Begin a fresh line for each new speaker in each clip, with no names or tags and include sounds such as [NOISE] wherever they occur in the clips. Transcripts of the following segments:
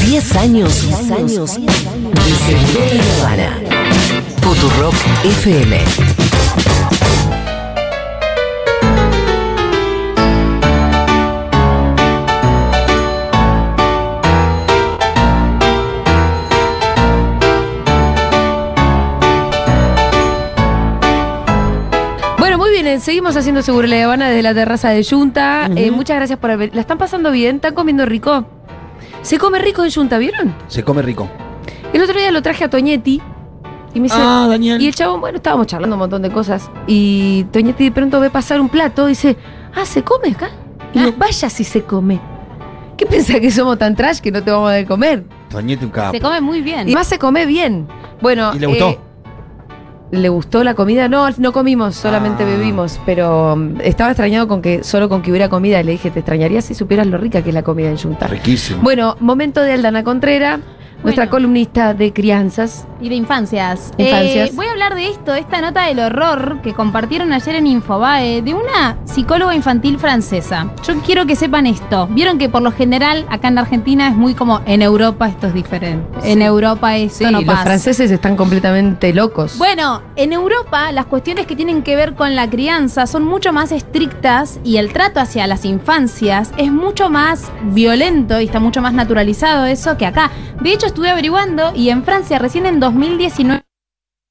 10 años, 10 años, de Habana. Futurock FM.
Bueno, muy bien, eh, seguimos haciendo Seguro La Habana desde la terraza de Yunta. Eh, muchas gracias por haber. ¿La están pasando bien? ¿Están comiendo rico? Se come rico en Yunta, ¿vieron?
Se come rico.
El otro día lo traje a Toñetti y me dice.
Ah, Daniel.
Y el chabón, bueno, estábamos charlando un montón de cosas. Y Toñetti de pronto ve pasar un plato y dice, ah, ¿se come acá? Y
Ah.
digo, vaya si se come. ¿Qué [LAUGHS] pensás que somos tan trash que no te vamos a dar comer?
Toñete un capo.
Se come eh, muy bien.
Y más se come bien. Bueno. eh,
¿Y le gustó?
¿Le gustó la comida? No, no comimos, solamente
Ah.
bebimos. Pero mm, estaba extrañado con que solo con que hubiera comida. Y le dije, te extrañaría si supieras lo rica que es la comida en Junta.
Riquísimo.
Bueno, momento de Aldana Contrera, nuestra
Bueno.
columnista de crianzas.
Y de infancias.
Infancias.
Eh, voy a hablar de esto, de esta nota del horror que compartieron ayer en Infobae de una psicóloga infantil francesa. Yo quiero que sepan esto. Vieron que por lo general acá en la Argentina es muy como en Europa esto es diferente. En Europa esto no
los
pasa.
franceses están completamente locos.
Bueno, en Europa las cuestiones que tienen que ver con la crianza son mucho más estrictas y el trato hacia las infancias es mucho más violento y está mucho más naturalizado eso que acá. De hecho, estuve averiguando y en Francia recién en 2019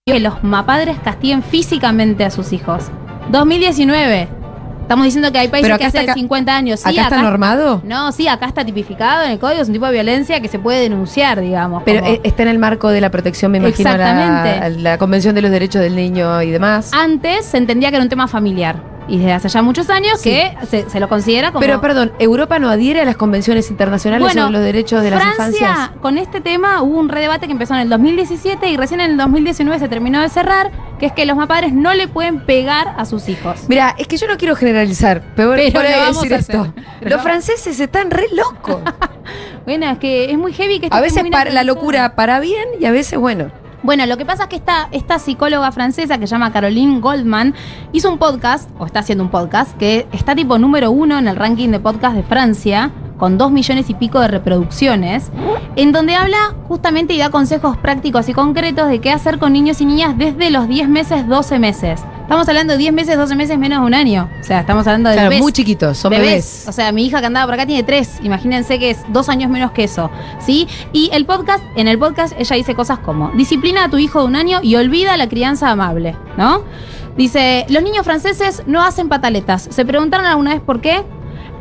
que los mapadres castiguen físicamente a sus hijos. 2019. Estamos diciendo que hay países
Pero acá
que hace
está ca-
50 años. Sí,
¿Acá está normado?
No, sí, acá está tipificado en el código, es un tipo de violencia que se puede denunciar, digamos.
Pero
como-
eh, está en el marco de la protección, me imagino, a la,
Exactamente.
a la Convención de los Derechos del Niño y demás.
Antes se entendía que era un tema familiar. Y desde hace ya muchos años
Sí.
que se, se lo considera como.
Pero perdón, ¿Europa no adhiere a las convenciones internacionales
Bueno,
sobre los derechos de las
Francia,
infancias?
con este tema hubo un redebate que empezó en el 2017 y recién en el 2019 se terminó de cerrar, que es que los padres no le pueden pegar a sus hijos.
Mira, es que yo no quiero generalizar, pero,
Pero
por
lo
ahí
vamos
decir
a hacer.
esto.
Pero
Los
lo-
franceses están re
[LAUGHS]
locos.
Bueno, es que Este es muy heavy que esto
A
esté
veces
muy
para- la
naturalizado.
locura para bien y a veces bueno.
Bueno, lo que pasa es que esta, esta psicóloga francesa que se llama Caroline Goldman hizo un podcast, o está haciendo un podcast, que está tipo número uno en el ranking de podcast de Francia, con dos millones y pico de reproducciones, en donde habla justamente y da consejos prácticos y concretos de qué hacer con niños y niñas desde los 10 meses, 12 meses. Estamos hablando de 10 meses, 12 meses menos de un año. O sea, estamos hablando de
Claro,
bebés.
muy chiquitos, son bebés.
O sea, mi hija que andaba por acá tiene tres. Imagínense que es dos años menos que eso. ¿Sí? Y el podcast, en el podcast ella dice cosas como: disciplina a tu hijo de un año y olvida la crianza amable, ¿no? Dice: los niños franceses no hacen pataletas. ¿Se preguntaron alguna vez por qué?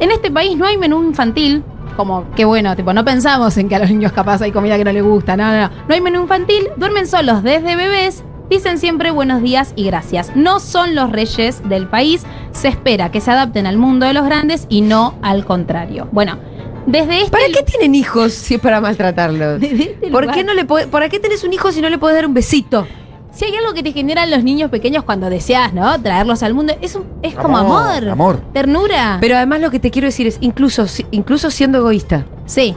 En este país no hay menú infantil. Como, qué bueno, tipo, no pensamos en que a los niños capaz hay comida que no les gusta, no, no, no. No hay menú infantil, duermen solos desde bebés, dicen siempre buenos días y gracias. No son los reyes del país, se espera que se adapten al mundo de los grandes y no al contrario. Bueno, desde
[LAUGHS]
este...
¿Para qué tienen hijos si es para
[LAUGHS]
maltratarlos?
desde este
¿Por
lugar-
qué, no le po- ¿Para qué tenés un hijo si no le podés dar un besito?
Si hay algo que te generan los niños pequeños cuando deseas, ¿no? Traerlos al mundo, es, un- es como amor,
Amor.
ternura.
Pero además lo que te quiero decir es, incluso, si- incluso siendo egoísta,
sí,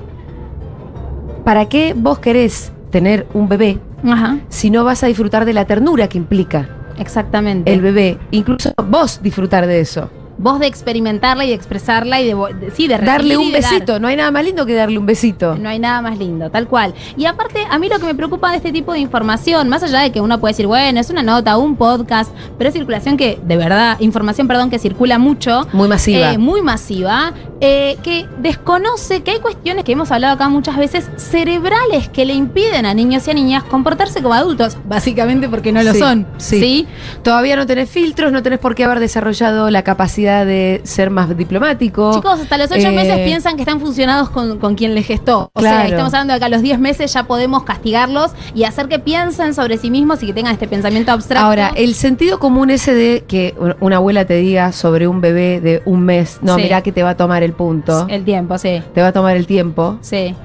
¿para qué vos querés tener un bebé
ajá,
si no vas a disfrutar de la ternura que implica
exactamente.
el bebé? Incluso vos disfrutar de eso.
Vos de experimentarla y de expresarla y de, vo- de- sí, de recibir
Darle
y
un
de dar.
besito, no hay nada más lindo que darle un besito.
No hay nada más lindo, tal cual. Y aparte, a mí lo que me preocupa de este tipo de información, más allá de que uno puede decir, bueno, es una nota, un podcast, pero es circulación que, de verdad, información, perdón, que circula mucho.
Muy masiva.
eh, muy masiva, eh, que desconoce que hay cuestiones que hemos hablado acá muchas veces, cerebrales que le impiden a niños y a niñas comportarse como adultos, básicamente porque no lo
Sí,
son.
sí. Todavía no tenés filtros, no tenés por qué haber desarrollado la capacidad de ser más diplomático.
Chicos, hasta los ocho
Eh,
meses piensan que están funcionados con, con quien les gestó. O sea,
Claro.
estamos hablando de que a los 10 meses ya podemos castigarlos y hacer que piensen sobre sí mismos y que tengan este pensamiento abstracto.
Ahora, el sentido común ese de que una abuela te diga sobre un bebé de un mes, no,
Sí.
mirá que te va a tomar el punto,
el tiempo, sí.
te va a tomar el tiempo,
Sí.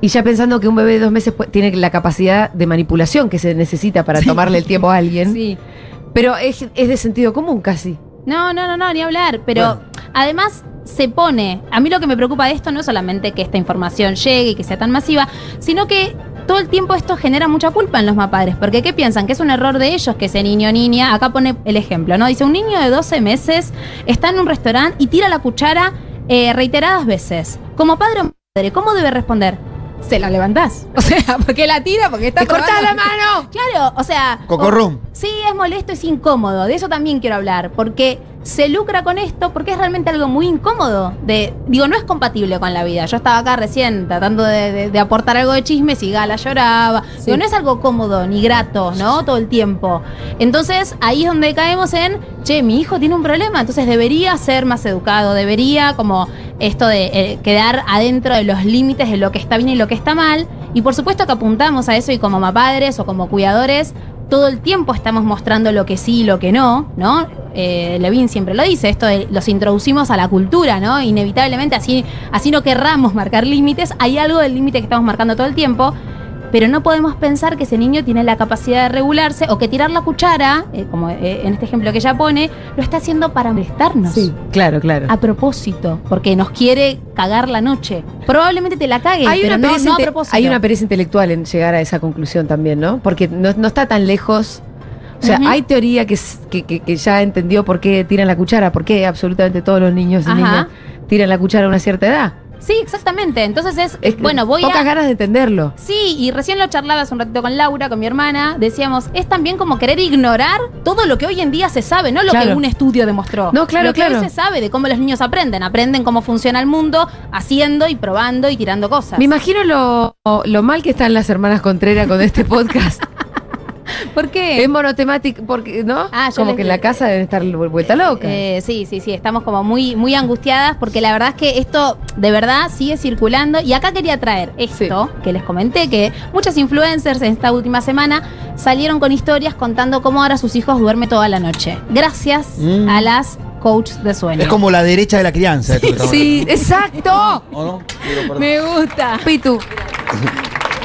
y ya pensando que un bebé de dos meses pu- tiene la capacidad de manipulación que se necesita para tomarle el tiempo a alguien,
Sí.
pero es, es de sentido común casi.
No, no, no, no, ni hablar. Pero además se pone. A mí lo que me preocupa de esto no es solamente que esta información llegue y que sea tan masiva, sino que todo el tiempo esto genera mucha culpa en los mapadres. Porque ¿qué piensan? Que es un error de ellos que ese niño o niña. Acá pone el ejemplo, ¿no? Dice: un niño de 12 meses está en un restaurante y tira la cuchara eh, reiteradas veces. Como padre o madre, ¿cómo debe responder? se la levantás. [LAUGHS] O sea, porque la tira, porque está
¡Te cortás
probando.
la mano!
Claro, o sea.
Cocorrum.
o- Sí, es molesto, es incómodo. De eso también quiero hablar. Porque se lucra con esto porque es realmente algo muy incómodo. De, digo, no es compatible con la vida. Yo estaba acá recién tratando de, de- de aportar algo de chismes y Gala lloraba. Digo, no es algo cómodo ni grato, ¿no? Todo el tiempo. Entonces, ahí es donde caemos en, che, mi hijo tiene un problema, entonces debería ser más educado, debería como esto de eh, quedar adentro de los límites de lo que está bien y lo que está mal. Y por supuesto que apuntamos a eso y como mapadres o como cuidadores, todo el tiempo estamos mostrando lo que sí y lo que no, ¿no? Eh, Levin siempre lo dice, esto de los introducimos a la cultura, ¿no? Inevitablemente, así, así no querramos marcar límites, hay algo del límite que estamos marcando todo el tiempo, pero no podemos pensar que ese niño tiene la capacidad de regularse o que tirar la cuchara, eh, como eh, en este ejemplo que ella pone, lo está haciendo para molestarnos.
Sí, claro, claro.
A propósito, porque nos quiere cagar la noche. Probablemente te la cague,
Hay
pero
una,
no-
pereza
no a
inte-
propósito.
hay una pereza intelectual en llegar a esa conclusión también, ¿no? Porque no, no está tan lejos. O sea,
Ujú.
hay teoría que, s- que, que- que ya entendió por qué tiran la cuchara, por qué absolutamente todos los niños y
Ajá.
niñas tiran la cuchara a una cierta edad.
Sí, exactamente. Entonces es,
Es que
bueno, voy
pocas
a...
ganas de entenderlo.
Sí, y recién lo charlaba hace un ratito con Laura, con mi hermana, decíamos, es también como querer ignorar todo lo que hoy en día se sabe, no lo que
Claro.
un estudio demostró.
No, claro,
lo que
claro.
hoy se sabe de cómo los niños aprenden, aprenden cómo funciona el mundo, haciendo y probando y tirando cosas.
Me imagino lo, lo mal que están las hermanas Contreras con
[LAUGHS]
este podcast.
¿Por qué?
es monotemático, porque, ¿no?
Ah, yo
Como
les-
que en la casa deben estar vu- vuelta loca.
Eh, sí, sí, sí, estamos como muy, muy angustiadas porque la verdad es que esto de verdad sigue circulando. Y acá quería traer esto que les comenté, que muchas influencers en esta última semana salieron con historias contando cómo ahora sus hijos duermen toda la noche. Gracias
Mm.
a las coaches de sueño.
Es como la derecha de la crianza. esto que estamos
sí, exacto.
hablando. ¿O no? Digo, perdón. [LAUGHS]
Me gusta.
Pitu,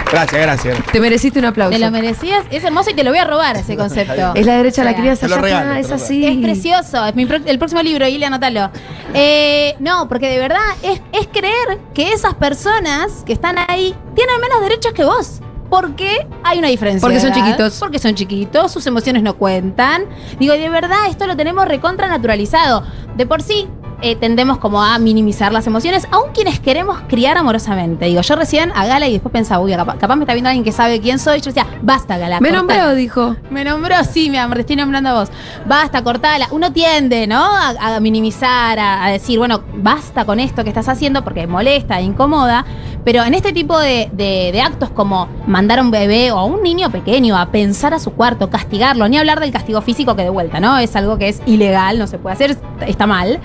Gracias, gracias.
te mereciste un aplauso.
Te lo merecías. Es hermoso y te lo voy a
[LAUGHS]
robar ese concepto.
Es la derecha de la
O sea,
crianza,
te lo
ya
regalo,
está,
te
es
lo
así.
Es precioso, es mi pro- el próximo libro, Ile, anótalo. Eh, no, porque de verdad es, es creer que esas personas que están ahí tienen menos derechos que vos. Porque hay una diferencia.
Porque
de
son
edad,
chiquitos.
Porque son chiquitos, sus emociones no cuentan. Digo, y de verdad esto lo tenemos recontra naturalizado. De por sí. eh, tendemos como a minimizar las emociones, aun quienes queremos criar amorosamente. Digo, yo recién a Gala y después pensaba, uy, capaz, capaz me está viendo alguien que sabe quién soy. Yo decía, basta, Gala.
Me
cortá.
nombró, dijo.
Me nombró, sí, mi amor, te estoy nombrando a vos. Basta, cortala. Uno tiende, ¿no? A, a minimizar, a, a decir, bueno, basta con esto que estás haciendo porque molesta, e incomoda. Pero en este tipo de, de- de actos como mandar a un bebé o a un niño pequeño a pensar a su cuarto, castigarlo, ni hablar del castigo físico que de vuelta, ¿no? Es algo que es ilegal, no se puede hacer, está mal.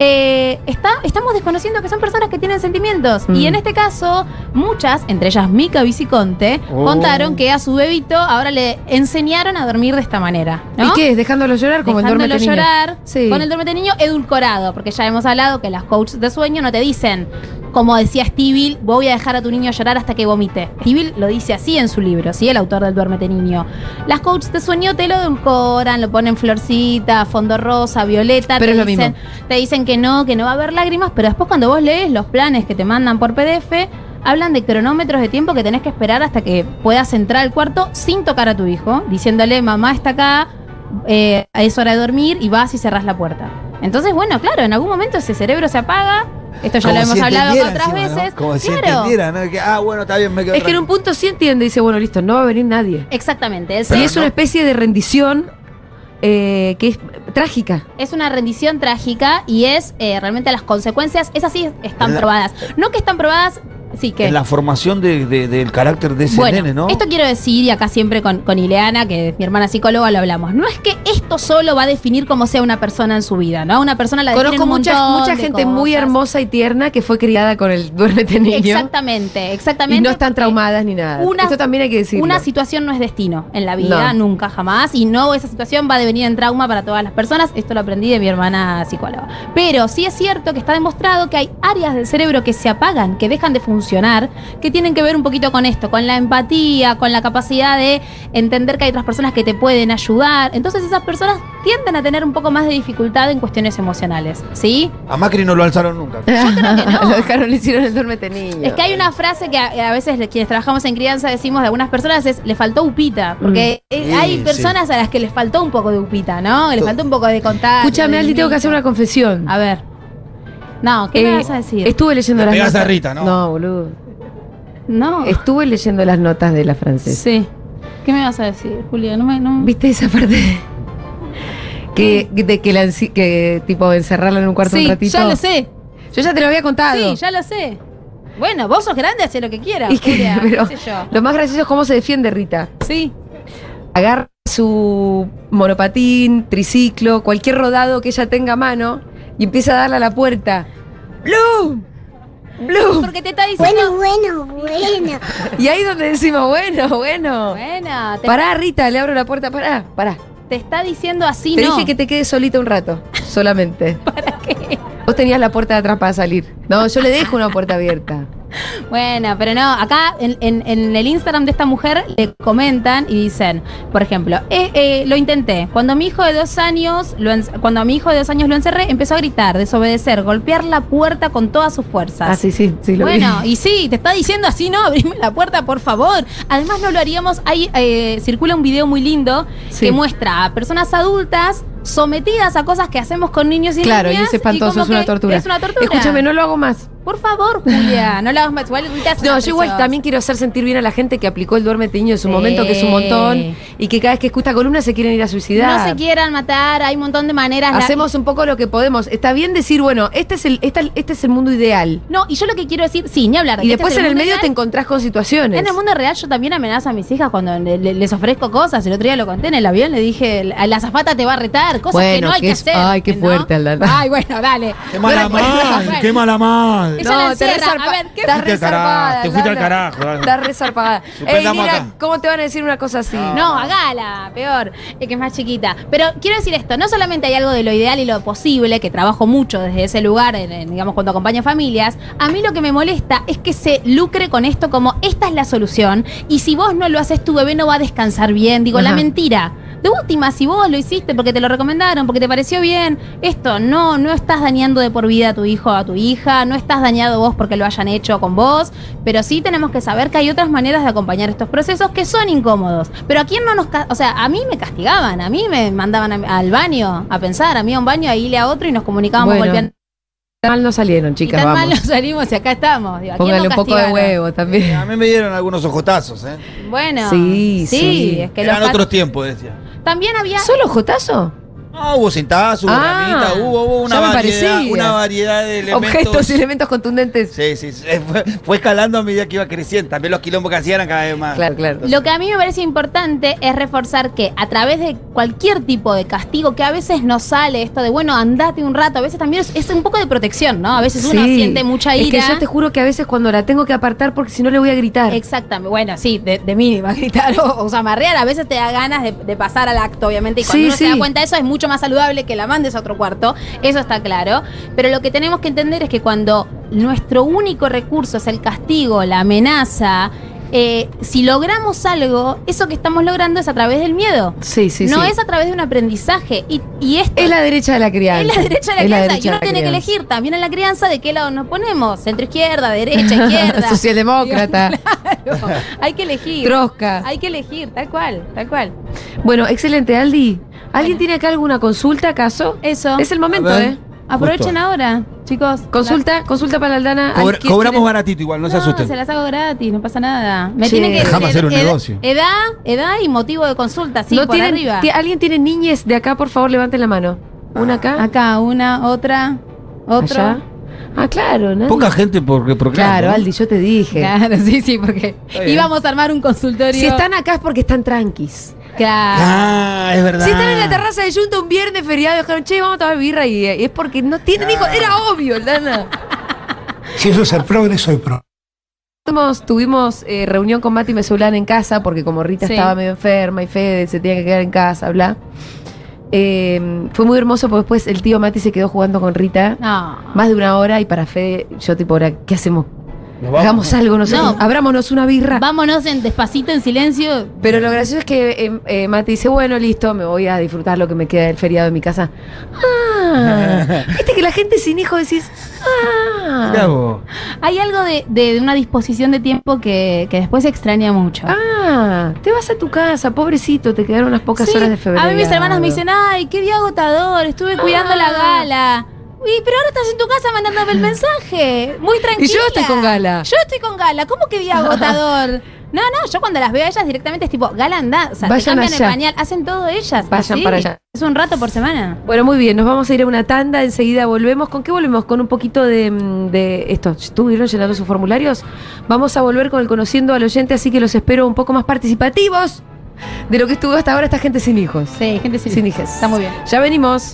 Eh, está- estamos desconociendo que son personas que tienen sentimientos.
Mm.
Y en este caso, muchas, entre ellas Mica Viciconte,
Oh.
contaron que a su bebito ahora le enseñaron a dormir de esta manera. ¿no?
¿Y qué es? Dejándolo llorar como el
Dejándolo
duerme
llorar
Sí.
con el dormete niño edulcorado, porque ya hemos hablado que las coaches de sueño no te dicen, como decía Stevie, voy a dejar a tu niño llorar hasta que vomite. Stevie lo dice así en su libro, ¿sí? el autor del duérmete niño. Las coaches de sueño te lo edulcoran, lo ponen florcita, fondo rosa, violeta,
Pero
te,
es lo
dicen, te dicen que no, que no va a haber lágrimas, pero después cuando vos lees los planes que te mandan por PDF, hablan de cronómetros de tiempo que tenés que esperar hasta que puedas entrar al cuarto sin tocar a tu hijo, diciéndole, mamá está acá, eh, es hora de dormir y vas y cerrás la puerta. Entonces, bueno, claro, en algún momento ese cerebro se apaga. Esto ya
Como
lo hemos
si
hablado
entendiera
otras
encima, ¿no?
veces.
Como si
claro.
entendiera, ¿no? Que, ah, bueno, está bien, me quedo
Es que en un
tranquilo.
punto sí entiende y dice, bueno, listo, no va a venir nadie.
Exactamente. Es,
y es una especie de rendición eh, que es trágica.
es una rendición trágica y es eh, realmente las consecuencias, esas sí están
En la-
probadas. No que están probadas, sí que.
En la formación de- de- del carácter de ese
Bueno,
nene, ¿no?
esto quiero decir, y acá siempre con, con Ileana, que es mi hermana psicóloga, lo hablamos. No es que esto solo va a definir cómo sea una persona en su vida, ¿no? Una persona la define
Conozco
un
mucha,
montón
mucha
de
gente muy
cosas.
hermosa y tierna que fue criada con el duérmete niño.
Exactamente, exactamente.
Y no están
porque
traumadas ni nada.
una-
Esto también hay que decirlo. [LAUGHS]
Una situación no es destino en la vida,
No.
nunca, jamás. Y no, esa situación va a devenir en trauma para todas las personas. Esto lo aprendí de mi hermana psicóloga. Pero sí es cierto que está demostrado que hay áreas del cerebro que se apagan, que dejan de funcionar, que tienen que ver un poquito con esto, con la empatía, con la capacidad de entender que hay otras personas que te pueden ayudar. Entonces esas personas tienden a tener un poco más de dificultad en cuestiones emocionales. ¿Sí?
A Macri no lo alzaron nunca.
[LAUGHS]
Lo dejaron, le hicieron el duérmete niño.
Es que hay una frase que a, a veces le- quienes trabajamos en crianza decimos de algunas personas es le faltó upita, porque eh,
Mm. Sí,
hay
sí.
personas a las que les faltó un poco de upita, ¿no? Les faltó un poco de contar.
Escúchame,
de
Aldi, tengo que hacer una confesión.
A ver. No, ¿qué me
Eh,
vas a decir?
Estuve leyendo
Le
las
pegás a Rita, ¿no?
No, boludo.
No.
Estuve leyendo las notas de la francesa.
Sí. ¿Qué me vas a decir, Julia? No me. No...
¿Viste esa parte? Que, de que, la, enci- que tipo encerrarla en un cuarto
sí,
un ratito.
ya lo sé.
Yo ya te lo había contado.
Sí, ya lo sé. Bueno, vos sos grande, hace lo que quieras.
Y que-
Julia,
[LAUGHS] pero
qué sé yo.
lo más gracioso es cómo se defiende Rita.
Sí.
Agarra su monopatín, triciclo, cualquier rodado que ella tenga a mano y empieza a darle a la puerta. ¡Bloom! ¡Bloom!
Porque te está diciendo.
Bueno, bueno, bueno.
Y ahí donde decimos, bueno, bueno.
Bueno, te,
Pará, Rita, le abro la puerta, pará, pará.
te está diciendo así,
Te
¿no?
dije que te quedes solita un rato,
[LAUGHS]
solamente. ¿Para qué? Vos tenías la puerta de atrás para salir. No, yo le dejo una puerta abierta.
Bueno, pero no, acá en, en- en el Instagram de esta mujer le comentan y dicen, por ejemplo, "Eh, eh, lo intenté. Cuando mi hijo de dos años, lo en- cuando a mi hijo de dos años lo encerré, empezó a gritar, desobedecer, golpear la puerta con todas sus fuerzas.
Ah, sí, sí, sí, lo vi.
Bueno, y sí, te está diciendo así, no, [LAUGHS] abrime la puerta, por favor. Además, no lo haríamos. Hay, eh, circula un video muy lindo
Sí.
que muestra a personas adultas sometidas a cosas que hacemos con niños y
Claro, y
niñas.
es espantoso,
como
es una
que
tortura.
Es una tortura.
Escúchame, no lo hago más.
Por
[LAUGHS]
favor, Julia, no la hagas más. Igual, Rita es
No,
una
yo igual
preciosa.
también quiero hacer sentir bien a la gente que aplicó el duerme niño en su
Sí.
momento, que es un montón, y que cada vez que escucha columna se quieren ir a suicidar.
No se quieran matar, hay un montón de maneras. La-
Hacemos un poco lo que podemos. Está bien decir, bueno, este es el, esta- este es el mundo ideal.
No, y yo lo que quiero decir, sí, ni hablar. de
Y
que
después
este
en
es
el medio
mundo
te
ideal.
encontrás con situaciones.
En el mundo real yo también amenazo a mis hijas cuando le- le- les ofrezco cosas. El otro día lo conté en el avión, le dije, la la azafata te va a retar, cosas que
Bueno,
no hay
que
que
es-
hacer.
ay, qué
¿no?
fuerte, Aldana.
Ay, bueno, dale.
¡Qué mala
Bueno,
madre!
bueno.
¡Qué mala madre!
Ella la
te
encierra.
resarpa-
A ver, ¿qué-
estás
Te fuiste al
resarpada,
carajo, te fuiste al
Aldana.
carajo, dale.
Estás
[LAUGHS]
resarpada. Ey,
Suspendamos
mira,
acá. Ah.
¿cómo te van a decir una cosa así?
No, hagala, peor, eh, que es más chiquita. Pero quiero decir esto, no solamente hay algo de lo ideal y lo posible, que trabajo mucho desde ese lugar, en- en, digamos, cuando acompaño familias, a mí lo que me molesta es que se lucre con esto como esta es la solución y si vos no lo haces tu bebé no va a descansar bien, digo, la
Ajá.
mentira. De última, si vos lo hiciste porque te lo recomendaron, porque te pareció bien, esto no, no estás dañando de por vida a tu hijo o a tu hija, no estás dañado vos porque lo hayan hecho con vos, pero sí tenemos que saber que hay otras maneras de acompañar estos procesos que son incómodos. Pero a quién no nos, ca- o sea, a mí me castigaban, a mí me mandaban a- al baño a pensar, a mí a un baño, a irle a otro y nos comunicábamos
Bueno,
golpeando.
Tan mal no salieron, chicas,
y tan mal
vamos.
nos salimos y acá estamos. Digo, ¿a quién
Póngale
no
un poco de
castigaron?
huevo
[LAUGHS]
también.
A mí me dieron algunos ojotazos, ¿eh?
Bueno,
Sí,
sí,
sí.
es que los
Eran
pat-
otros tiempos, decía.
también había
¿Solo Jotazo?
No, hubo cintazos, hubo
Ah,
ramitas, hubo, hubo una,
ya me
variedad,
parecía.
una variedad de elementos.
Objetos [LAUGHS] y elementos contundentes.
Sí, sí, sí, fue, fue escalando a medida que iba creciendo. También los quilombos que hacían eran cada vez más.
Claro, claro.
Lo que a mí me parece importante es reforzar que a través de cualquier tipo de castigo, que a veces no sale esto de, bueno, andate un rato, a veces también es, es un poco de protección, ¿no? A veces uno
Sí.
siente mucha ira.
Es que yo te juro que a veces cuando la tengo que apartar porque si no le voy a gritar.
Exactamente, bueno, sí, de, de mínima, [LAUGHS] gritar o, o zamarrear, a veces te da ganas de, de pasar al acto, obviamente, y cuando
Sí,
uno
sí.
se da cuenta de eso es mucho más saludable que la mandes a otro cuarto, eso está claro, pero lo que tenemos que entender es que cuando nuestro único recurso es el castigo, la amenaza, eh, si logramos algo, eso que estamos logrando es a través del miedo.
Sí, sí,
no
sí.
es a través de un aprendizaje. Y, y esto
Es la derecha de la crianza.
[LAUGHS] es la derecha de la
Es
crianza.
derecha
y
de
uno
la
tiene que
crianza.
elegir también en la crianza de qué lado nos ponemos. Centro
[LAUGHS]
izquierda, derecha, izquierda. [LAUGHS]
Socialdemócrata,
Claro, Hay que elegir.
trosca.
Hay que elegir, tal cual, tal cual.
Bueno, excelente, Aldi. ¿Alguien
Bueno.
tiene acá alguna consulta, acaso?
Eso.
Es el momento,
A ver.
¿eh?
Aprovechen
Justo.
ahora, chicos.
Consulta, consulta para Aldana. Ay,
Cobra-
¿qué-
cobramos
quiere-
baratito igual, no,
No,
se asusten.
las hago gratis, no pasa nada. Me
Sí.
tienen que
Dejame hacer un
ed-
negocio.
Edad, edad y motivo de consulta, sí,
¿No
por
tienen-
arriba.
ti- ¿Alguien tiene niñes de acá? Por favor, levanten la mano. ¿Una acá?
Acá una, otra,
Ah, ¿Allá?
otra.
Ah, claro. nadie-
Poca gente porque proclama.
Claro,
¿no?
Aldi, yo te dije.
Claro, sí, sí, porque
bien.
íbamos a armar un consultorio.
Si están acá es porque están tranquis.
Claro.
Ah, es verdad.
Si están en la terraza de Junta un viernes feriado, dijeron, che, vamos a tomar birra y, y es porque no tienen hijos. Era obvio, Lana.
Si eso es ser progre, soy pro.
Tuvimos, tuvimos eh, reunión con Mati Mesulán en casa, porque como Rita
Sí.
estaba medio enferma y Fede se tenía que quedar en casa, bla. Eh, fue muy hermoso porque después el tío Mati se quedó jugando con Rita
No.
más de una hora y para Fede, yo tipo, ahora, ¿qué hacemos?
Nos vamos.
Hagamos algo nosotros,
No.
abrámonos una birra.
Vámonos en despacito, en silencio.
Pero lo gracioso es que eh, eh, Mati dice, bueno, listo, me voy a disfrutar lo que me queda del feriado en mi casa. Ah, viste que la gente sin hijos decís,
Mirá
ah,
vos.
Hay algo de, de una disposición de tiempo que, que después se extraña mucho.
ah, te vas a tu casa, pobrecito, te quedaron unas pocas
Sí,
horas de febrero.
A mí mis hermanas me dicen, ay, qué día agotador, estuve cuidando
Ah.
la gala. Y, pero ahora estás en tu casa mandándome el mensaje. Muy tranquila.
Y yo estoy con gala.
Yo estoy con gala. ¿Cómo que
[LAUGHS]
día agotador? No, no, yo cuando las veo a ellas directamente es tipo, gala anda, o sea, te
Vayan
cambian
allá.
el pañal, hacen todo ellas.
Vayan para allá.
Es un rato por semana.
Bueno, muy bien, nos vamos a ir a una tanda, enseguida volvemos. ¿Con qué volvemos? Con un poquito de, mm, de esto. ¿Estuvieron llenando sus formularios? Vamos a volver con el conociendo al oyente, así que los espero un poco más participativos de lo que estuvo hasta ahora esta gente sin hijos. ¿eh?
Sí, gente
Sin hijes.
Está muy bien.
Ya venimos.